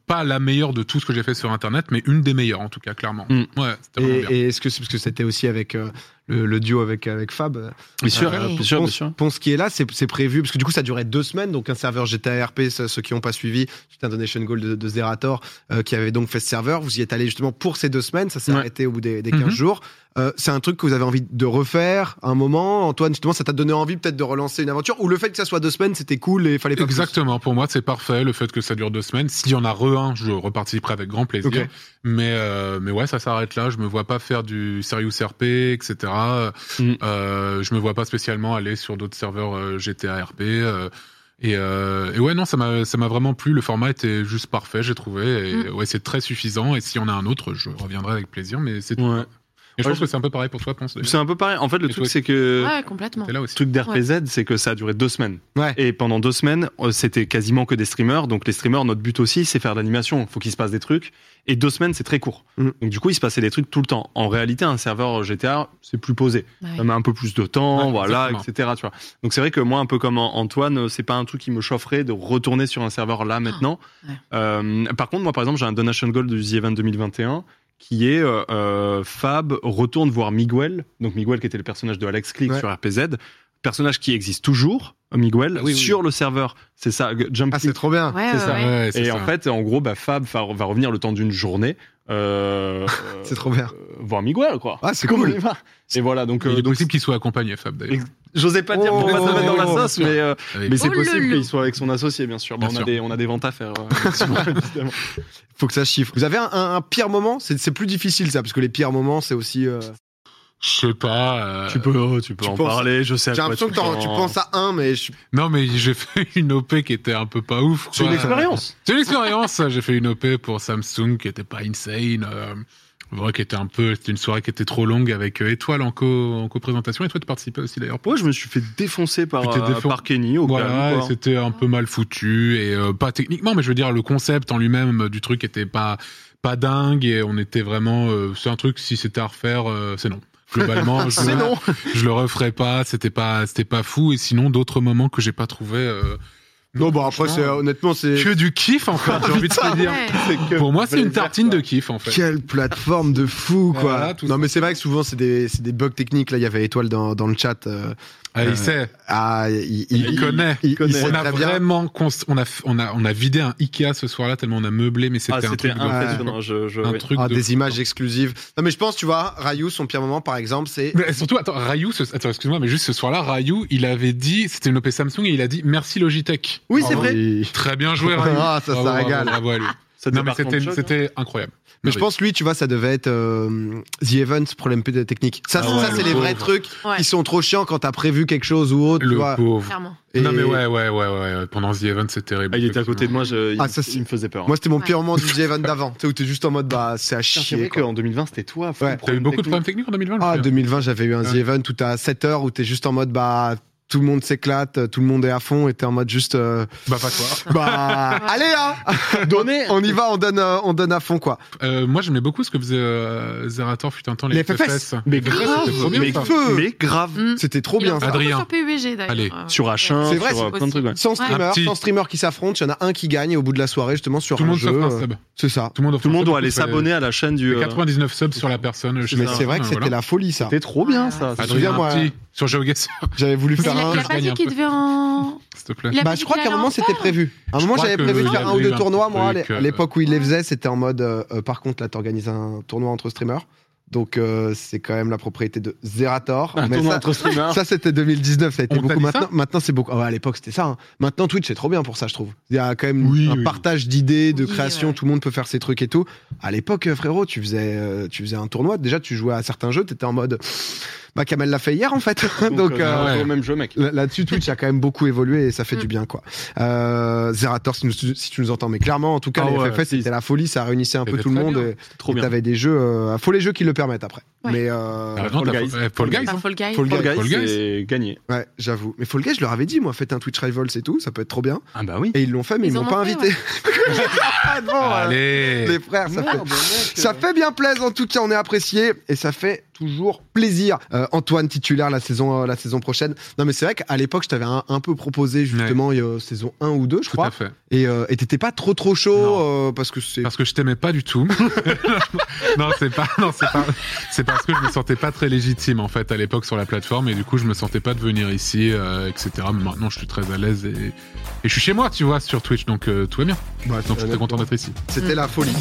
[SPEAKER 2] pas la meilleure de tout ce que j'ai fait sur internet mais une des meilleures en tout cas clairement
[SPEAKER 3] Mm.
[SPEAKER 2] ouais c'était vraiment
[SPEAKER 1] Et,
[SPEAKER 2] bien
[SPEAKER 1] et est-ce que c'est parce que c'était aussi avec euh, le, le duo avec, avec Fab euh,
[SPEAKER 3] Bien sûr,
[SPEAKER 1] Euh,
[SPEAKER 3] bien
[SPEAKER 1] Ponce-
[SPEAKER 3] sûr, bien sûr.
[SPEAKER 1] Ponce qui est là, c'est c'est prévu, parce que du coup ça durait deux semaines, donc un serveur GTA RP, ça, ceux qui n'ont pas suivi, c'était un donation goal de, de Zerator euh, qui avait donc fait ce serveur, vous y êtes allé justement pour ces deux semaines, ça s'est
[SPEAKER 3] Ouais.
[SPEAKER 1] arrêté au bout des, des 15
[SPEAKER 2] Mhm.
[SPEAKER 1] jours. Euh, c'est un truc que vous avez envie de refaire un moment, Antoine, justement ça t'a donné envie peut-être de relancer une aventure, ou le fait que ça soit deux semaines c'était cool et fallait pas... plus
[SPEAKER 2] Exactement, pour moi c'est parfait le fait que ça dure deux semaines. S'il y en a re un, je reparticiperai avec grand plaisir.
[SPEAKER 1] Ok.
[SPEAKER 2] Mais, euh, mais ouais, ça s'arrête là. Je me vois pas faire du Serious RP, etc.
[SPEAKER 3] Mm.
[SPEAKER 2] Euh, je me vois pas spécialement aller sur d'autres serveurs euh, GTA RP. euh, et, euh, et ouais, non, ça m'a ça m'a vraiment plu. Le format était juste parfait, j'ai trouvé. Et
[SPEAKER 4] Mm.
[SPEAKER 2] ouais, c'est très suffisant. Et si on a un autre, je reviendrai avec plaisir. Mais c'est tout.
[SPEAKER 3] Ouais.
[SPEAKER 2] Et je
[SPEAKER 3] Mm. Ouais,
[SPEAKER 2] pense
[SPEAKER 3] je-
[SPEAKER 2] que c'est un peu pareil pour toi, Ponce. d'ailleurs.
[SPEAKER 3] C'est un peu pareil. En fait, le
[SPEAKER 2] Et
[SPEAKER 3] truc,
[SPEAKER 2] toi-
[SPEAKER 3] c'est que.
[SPEAKER 4] Ouais, complètement.
[SPEAKER 2] Euh, T'es là aussi.
[SPEAKER 3] Le truc d'RPZ, c'est que ça a duré deux semaines.
[SPEAKER 1] Ouais.
[SPEAKER 3] Et pendant deux semaines, euh, c'était quasiment que des streamers. Donc les streamers, notre but aussi, c'est faire de l'animation. Il faut qu'il se passe des trucs. Et deux semaines, c'est très court.
[SPEAKER 1] Mhm.
[SPEAKER 3] Donc du coup, il se passait des trucs tout le temps. En réalité, un serveur GTA, c'est plus posé.
[SPEAKER 4] Ouais.
[SPEAKER 3] Ça met un peu plus de temps,
[SPEAKER 2] Ouais,
[SPEAKER 3] voilà,
[SPEAKER 2] exactement.
[SPEAKER 3] etc. Tu vois. Donc c'est vrai que moi, un peu comme An- Antoine, euh, c'est pas un truc qui me chaufferait de retourner sur un serveur là maintenant.
[SPEAKER 4] ouais.
[SPEAKER 3] Euh, par contre, moi, par exemple, j'ai un donation goal du The Event 2021 qui est euh, euh, Fab retourne voir Miguel, donc Miguel qui était le personnage de Alex Click
[SPEAKER 1] Ouais.
[SPEAKER 3] sur RPZ, personnage qui existe toujours, Miguel,
[SPEAKER 2] Ah oui, oui,
[SPEAKER 3] sur le serveur. C'est ça, Jump
[SPEAKER 1] Ah c'est
[SPEAKER 3] Click.
[SPEAKER 1] trop bien
[SPEAKER 4] Ouais,
[SPEAKER 3] c'est
[SPEAKER 4] ouais,
[SPEAKER 3] ça.
[SPEAKER 4] ouais.
[SPEAKER 2] Ouais, c'est
[SPEAKER 3] Et
[SPEAKER 2] ça.
[SPEAKER 3] en fait, en gros, bah, Fab va, va revenir le temps d'une journée. euh,
[SPEAKER 1] C'est trop bien.
[SPEAKER 3] euh, voir Miguel, quoi.
[SPEAKER 1] Ah, c'est
[SPEAKER 3] Comme
[SPEAKER 1] cool.
[SPEAKER 3] on y va. Et voilà, donc,
[SPEAKER 2] il
[SPEAKER 3] euh,
[SPEAKER 2] est
[SPEAKER 3] donc
[SPEAKER 2] possible qu'il soit accompagné, Fab, d'ailleurs.
[SPEAKER 3] J'osais pas dire pour
[SPEAKER 1] Oh,
[SPEAKER 3] pas te mettre dans la
[SPEAKER 1] oh,
[SPEAKER 3] sauce,
[SPEAKER 2] bien sûr.
[SPEAKER 3] mais, euh,
[SPEAKER 2] Avec-
[SPEAKER 3] mais c'est
[SPEAKER 4] Oh,
[SPEAKER 3] possible
[SPEAKER 4] lolo.
[SPEAKER 3] qu'il soit avec son associé, bien sûr. Bah,
[SPEAKER 2] Bien
[SPEAKER 3] on, a
[SPEAKER 2] sûr.
[SPEAKER 3] Des, on a des ventes à faire. euh, effectivement, évidemment.
[SPEAKER 1] Faut que ça chiffre. Vous avez un, un- un pire moment C'est c'est plus difficile ça, parce que les pires moments c'est aussi... euh,
[SPEAKER 2] Je sais pas. euh,
[SPEAKER 3] tu peux, oh, tu peux
[SPEAKER 1] Tu
[SPEAKER 3] en
[SPEAKER 1] penses-
[SPEAKER 3] parler, je sais. à
[SPEAKER 1] J'ai
[SPEAKER 3] quoi
[SPEAKER 1] l'impression que t'en- tu penses à un, mais je suis
[SPEAKER 2] Non, mais j'ai fait une OP qui était un peu pas ouf.
[SPEAKER 3] C'est une
[SPEAKER 2] quoi.
[SPEAKER 3] expérience.
[SPEAKER 2] C'est une expérience. ça. J'ai fait une OP pour Samsung qui était pas insane. euh, ouais, qui était un peu. C'était une soirée qui était trop longue avec euh, Étoile en, co- en co-présentation. Et toi, tu participais aussi d'ailleurs.
[SPEAKER 3] Ouais, je me suis fait défoncer par,
[SPEAKER 2] Tu t'es
[SPEAKER 3] euh,
[SPEAKER 2] défon-
[SPEAKER 3] par Kenny au
[SPEAKER 2] Voilà,
[SPEAKER 3] calme,
[SPEAKER 2] et
[SPEAKER 3] quoi.
[SPEAKER 2] c'était un peu mal foutu et euh, pas techniquement, mais je veux dire le concept en lui-même euh, du truc était pas pas dingue et on était vraiment. euh, c'est un truc si c'était à refaire, euh, c'est non. Globalement, je,
[SPEAKER 3] C'est
[SPEAKER 2] le-
[SPEAKER 3] non.
[SPEAKER 2] je le referai pas. C'était pas c'était pas fou. Et sinon, d'autres moments que j'ai pas trouvé. euh,
[SPEAKER 1] Non, bah après, c'est,
[SPEAKER 2] franchement,
[SPEAKER 1] honnêtement, c'est.
[SPEAKER 2] que du kiff en fait.
[SPEAKER 1] Ah,
[SPEAKER 2] J'ai envie de te dire.
[SPEAKER 4] Ouais.
[SPEAKER 2] Pour moi, c'est une
[SPEAKER 3] plaisir,
[SPEAKER 2] tartine
[SPEAKER 3] quoi.
[SPEAKER 2] de kiff, en fait.
[SPEAKER 1] Quelle plateforme de fou, quoi.
[SPEAKER 2] Voilà, tout
[SPEAKER 1] non,
[SPEAKER 2] ça.
[SPEAKER 1] mais c'est vrai que souvent, c'est des, c'est des bugs techniques. Là, il y avait Étoile dans, dans le chat. euh,
[SPEAKER 2] Ah,
[SPEAKER 1] Euh,
[SPEAKER 2] il sait,
[SPEAKER 1] ah, il,
[SPEAKER 2] il, connaît.
[SPEAKER 1] il- il
[SPEAKER 3] connaît.
[SPEAKER 1] sait
[SPEAKER 2] on a
[SPEAKER 1] très bien.
[SPEAKER 2] vraiment const- on a f- on a on a vidé un Ikea ce soir-là tellement on a meublé mais c'était
[SPEAKER 3] Ah,
[SPEAKER 2] un
[SPEAKER 3] c'était
[SPEAKER 2] truc de fou.
[SPEAKER 3] impressionnant. Je, je-
[SPEAKER 2] un
[SPEAKER 3] oui.
[SPEAKER 2] truc
[SPEAKER 1] Ah,
[SPEAKER 2] de
[SPEAKER 1] des
[SPEAKER 2] fou. hein.
[SPEAKER 1] images exclusives. Non, mais je pense, tu vois, Rayou, son pire moment, par exemple, c'est.
[SPEAKER 2] Mais surtout attends Rayou ce- attends excuse-moi mais juste ce soir-là Rayou il avait dit c'était une OP Samsung et il a dit merci Logitech.
[SPEAKER 1] Oui, c'est
[SPEAKER 2] Ah,
[SPEAKER 1] vrai.
[SPEAKER 2] Très bien joué Rayou.
[SPEAKER 1] Oh, Ah, ça, ça
[SPEAKER 2] Bravo, bravo,
[SPEAKER 1] régale.
[SPEAKER 2] bravo à lui.
[SPEAKER 3] Ça
[SPEAKER 2] Non mais
[SPEAKER 3] débarque en
[SPEAKER 2] c'était
[SPEAKER 3] choc, hein.
[SPEAKER 2] c'était incroyable.
[SPEAKER 1] Mais je pense, lui, tu vois, ça devait être euh, The Event, problème de technique. Ça,
[SPEAKER 3] Ah
[SPEAKER 1] c'est-
[SPEAKER 3] ouais,
[SPEAKER 1] ça
[SPEAKER 3] le
[SPEAKER 1] c'est les vrais
[SPEAKER 2] pauvre.
[SPEAKER 1] trucs
[SPEAKER 4] Ouais.
[SPEAKER 1] qui sont trop chiants quand t'as prévu quelque chose ou autre, tu vois.
[SPEAKER 2] le pauvre.
[SPEAKER 4] Clairement.
[SPEAKER 1] Et-
[SPEAKER 2] Non mais ouais ouais ouais ouais, ouais. pendant The Event c'est terrible.
[SPEAKER 3] Ah, il était à côté de moi, je- il,
[SPEAKER 1] Ah, ça, c'est-
[SPEAKER 3] il me faisait peur.
[SPEAKER 1] Moi, c'était mon
[SPEAKER 4] Ouais.
[SPEAKER 1] pire moment du The Event d'avant. Tu sais, où t'es juste en mode, bah, c'est à
[SPEAKER 3] Tiens, c'est
[SPEAKER 1] chier.
[SPEAKER 3] vrai
[SPEAKER 1] quoi.
[SPEAKER 3] qu'en 2020, c'était toi. à fond,
[SPEAKER 1] Ouais.
[SPEAKER 2] T'as eu
[SPEAKER 3] problème
[SPEAKER 2] beaucoup de
[SPEAKER 3] technique.
[SPEAKER 2] problèmes techniques en 2020 je
[SPEAKER 1] Ah,
[SPEAKER 2] crois.
[SPEAKER 1] 2020, j'avais eu un
[SPEAKER 2] Ouais.
[SPEAKER 1] The Event où t'as 7 heures où t'es juste en mode, bah, tout le monde s'éclate, tout le monde est à fond, et t'es en mode juste, euh,
[SPEAKER 2] Bah, pas toi.
[SPEAKER 1] bah, allez là, donnez, on y va, on donne, euh, on donne à fond quoi.
[SPEAKER 2] Euh, moi, j'aimais beaucoup ce que faisait euh, Zerator fut un temps les,
[SPEAKER 1] Les FFS.
[SPEAKER 3] Mais
[SPEAKER 4] grave,
[SPEAKER 2] c'était trop bien,
[SPEAKER 3] mais,
[SPEAKER 2] ça.
[SPEAKER 1] Feu.
[SPEAKER 3] mais grave.
[SPEAKER 4] Mm.
[SPEAKER 1] C'était trop
[SPEAKER 4] Il est
[SPEAKER 1] bien.
[SPEAKER 4] en
[SPEAKER 1] ça.
[SPEAKER 4] train de
[SPEAKER 2] Adrien.
[SPEAKER 4] faire PUBG d'ailleurs.
[SPEAKER 2] Allez.
[SPEAKER 4] Euh,
[SPEAKER 3] Sur H1,
[SPEAKER 1] C'est vrai,
[SPEAKER 3] sur
[SPEAKER 1] c'est
[SPEAKER 3] euh, plein de
[SPEAKER 4] possible.
[SPEAKER 3] trucs. ouais.
[SPEAKER 1] Sans
[SPEAKER 4] Ouais.
[SPEAKER 1] streamer,
[SPEAKER 2] Un petit-
[SPEAKER 1] sans streamer qui s'affrontent, il y en a un qui gagne et au bout de la soirée justement sur
[SPEAKER 2] Tout le
[SPEAKER 1] un
[SPEAKER 2] monde
[SPEAKER 1] jeu.
[SPEAKER 2] s'offre un
[SPEAKER 1] euh,
[SPEAKER 2] sub.
[SPEAKER 1] C'est ça.
[SPEAKER 2] Tout le monde, offre
[SPEAKER 3] Tout le
[SPEAKER 2] un
[SPEAKER 3] monde
[SPEAKER 2] sub,
[SPEAKER 3] doit aller
[SPEAKER 2] tu fais-
[SPEAKER 3] s'abonner à la chaîne du.
[SPEAKER 2] fais
[SPEAKER 3] euh,
[SPEAKER 2] 99 subs sur la personne. je
[SPEAKER 1] Mais
[SPEAKER 2] sais
[SPEAKER 1] c'est
[SPEAKER 2] pas,
[SPEAKER 1] vrai que
[SPEAKER 2] euh,
[SPEAKER 1] c'était
[SPEAKER 2] voilà.
[SPEAKER 1] la folie ça.
[SPEAKER 3] C'était trop bien ça.
[SPEAKER 1] Ah,
[SPEAKER 3] c'est
[SPEAKER 1] donc- souviens,
[SPEAKER 2] Adrien,
[SPEAKER 1] moi,
[SPEAKER 2] un petit sur GeoGuessr,
[SPEAKER 1] J'avais voulu
[SPEAKER 4] Il
[SPEAKER 1] faire
[SPEAKER 4] a,
[SPEAKER 1] un.
[SPEAKER 4] il a pas
[SPEAKER 2] gagne
[SPEAKER 4] dit
[SPEAKER 2] un
[SPEAKER 4] qu'il
[SPEAKER 2] peu.
[SPEAKER 4] devait en.
[SPEAKER 2] s'il te plaît.
[SPEAKER 4] Il a
[SPEAKER 1] Bah,
[SPEAKER 4] pas
[SPEAKER 1] je
[SPEAKER 4] dit
[SPEAKER 1] crois
[SPEAKER 4] qu'il
[SPEAKER 1] qu'à un
[SPEAKER 4] allait
[SPEAKER 1] moment
[SPEAKER 4] en
[SPEAKER 1] c'était
[SPEAKER 4] faire.
[SPEAKER 1] prévu. À un
[SPEAKER 2] Je
[SPEAKER 1] moment
[SPEAKER 2] crois
[SPEAKER 1] j'avais
[SPEAKER 2] que
[SPEAKER 1] prévu de
[SPEAKER 2] il y
[SPEAKER 1] faire un
[SPEAKER 2] avait
[SPEAKER 1] ou
[SPEAKER 2] eu
[SPEAKER 1] deux
[SPEAKER 2] un
[SPEAKER 1] tournois. Moi, à l'é-
[SPEAKER 2] truc,
[SPEAKER 1] à
[SPEAKER 2] euh,
[SPEAKER 1] l'époque où il les
[SPEAKER 4] Ouais.
[SPEAKER 1] faisait, c'était en mode. euh, euh, par contre, là, t'organises un tournoi entre streamers. Donc, euh, c'est quand même la propriété de Zerator.
[SPEAKER 3] Un
[SPEAKER 1] Mais
[SPEAKER 3] tournoi
[SPEAKER 1] ça,
[SPEAKER 3] entre streamers.
[SPEAKER 1] ça, c'était 2019. Ça a été
[SPEAKER 2] On t'a
[SPEAKER 1] beaucoup.
[SPEAKER 2] dit
[SPEAKER 1] Maintenant,
[SPEAKER 2] ça
[SPEAKER 1] maintenant c'est beaucoup. Ah ouais, à l'époque, c'était ça. hein. Maintenant, Twitch, c'est trop bien pour ça, je trouve. Il y a quand même
[SPEAKER 2] Oui,
[SPEAKER 1] un
[SPEAKER 2] oui.
[SPEAKER 1] partage d'idées, de
[SPEAKER 4] Oui,
[SPEAKER 1] création.
[SPEAKER 4] ouais.
[SPEAKER 1] Tout le monde peut faire ses trucs et tout. À l'époque, euh, frérot, tu faisais, euh, tu faisais un tournoi. Déjà, tu jouais à certains jeux. T'étais en mode. Bah, Kamel l'a fait hier, en fait. Donc, euh,
[SPEAKER 2] ouais.
[SPEAKER 3] au même jeu, mec.
[SPEAKER 1] Là- Là-dessus, Twitch a quand même beaucoup évolué et ça fait
[SPEAKER 4] Mm.
[SPEAKER 1] du bien, quoi. Euh, Zerator, si, nous- si tu nous entends, mais clairement, en tout cas,
[SPEAKER 3] Ah
[SPEAKER 1] les
[SPEAKER 3] ouais,
[SPEAKER 1] FFS,
[SPEAKER 3] si.
[SPEAKER 1] c'était la folie, ça réunissait un peu
[SPEAKER 2] C'était
[SPEAKER 1] tout le
[SPEAKER 2] très
[SPEAKER 1] monde.
[SPEAKER 2] bien.
[SPEAKER 1] et-
[SPEAKER 3] C'était trop
[SPEAKER 1] Et
[SPEAKER 3] bien.
[SPEAKER 1] t'avais des jeux, euh, faut les jeux qui le permettent après.
[SPEAKER 4] Ouais.
[SPEAKER 1] Mais euh,
[SPEAKER 2] Ah, non,
[SPEAKER 3] Fall
[SPEAKER 2] t'as-
[SPEAKER 3] Guys.
[SPEAKER 2] eh, Fall Guys,
[SPEAKER 4] Par Bah, Fall
[SPEAKER 1] Fall
[SPEAKER 4] Guys.
[SPEAKER 3] Fall
[SPEAKER 1] Guys.
[SPEAKER 3] Guys,
[SPEAKER 2] Fall Guys.
[SPEAKER 3] c'est gagné.
[SPEAKER 1] Ouais, j'avoue. Mais Fall Guys, je leur avais dit, moi, faites un Twitch Rivals et tout, ça peut être trop bien.
[SPEAKER 3] Ah bah oui.
[SPEAKER 1] Et ils l'ont fait, mais ils,
[SPEAKER 4] Ils en
[SPEAKER 1] m'ont
[SPEAKER 4] ont
[SPEAKER 1] pas
[SPEAKER 4] fait,
[SPEAKER 1] invité. Ah non, euh,
[SPEAKER 2] Allez
[SPEAKER 1] les frères, ça fait Ça fait bien plaisir, en tout cas, on est apprécié et ça fait toujours plaisir. Euh, Antoine titulaire la saison, euh, la saison prochaine. Non, mais c'est vrai qu'à l'époque, je t'avais un, un peu proposé justement il y a euh, saison 1 ou 2, je
[SPEAKER 2] Tout à
[SPEAKER 1] crois.
[SPEAKER 2] fait.
[SPEAKER 1] Et euh, et t'étais pas trop trop chaud euh, parce que c'est.
[SPEAKER 2] Parce que je t'aimais pas du tout. non, c'est pas, non, c'est pas, c'est parce que je me sentais pas très légitime en fait à l'époque sur la plateforme et du coup je me sentais pas de venir ici, euh, etc. Mais maintenant je suis très à l'aise et, et je suis chez moi, tu vois, sur Twitch, donc euh, tout va bien.
[SPEAKER 1] Bah,
[SPEAKER 2] Donc je suis très
[SPEAKER 1] honnêtement,
[SPEAKER 2] content d'être ici.
[SPEAKER 1] C'était la folie.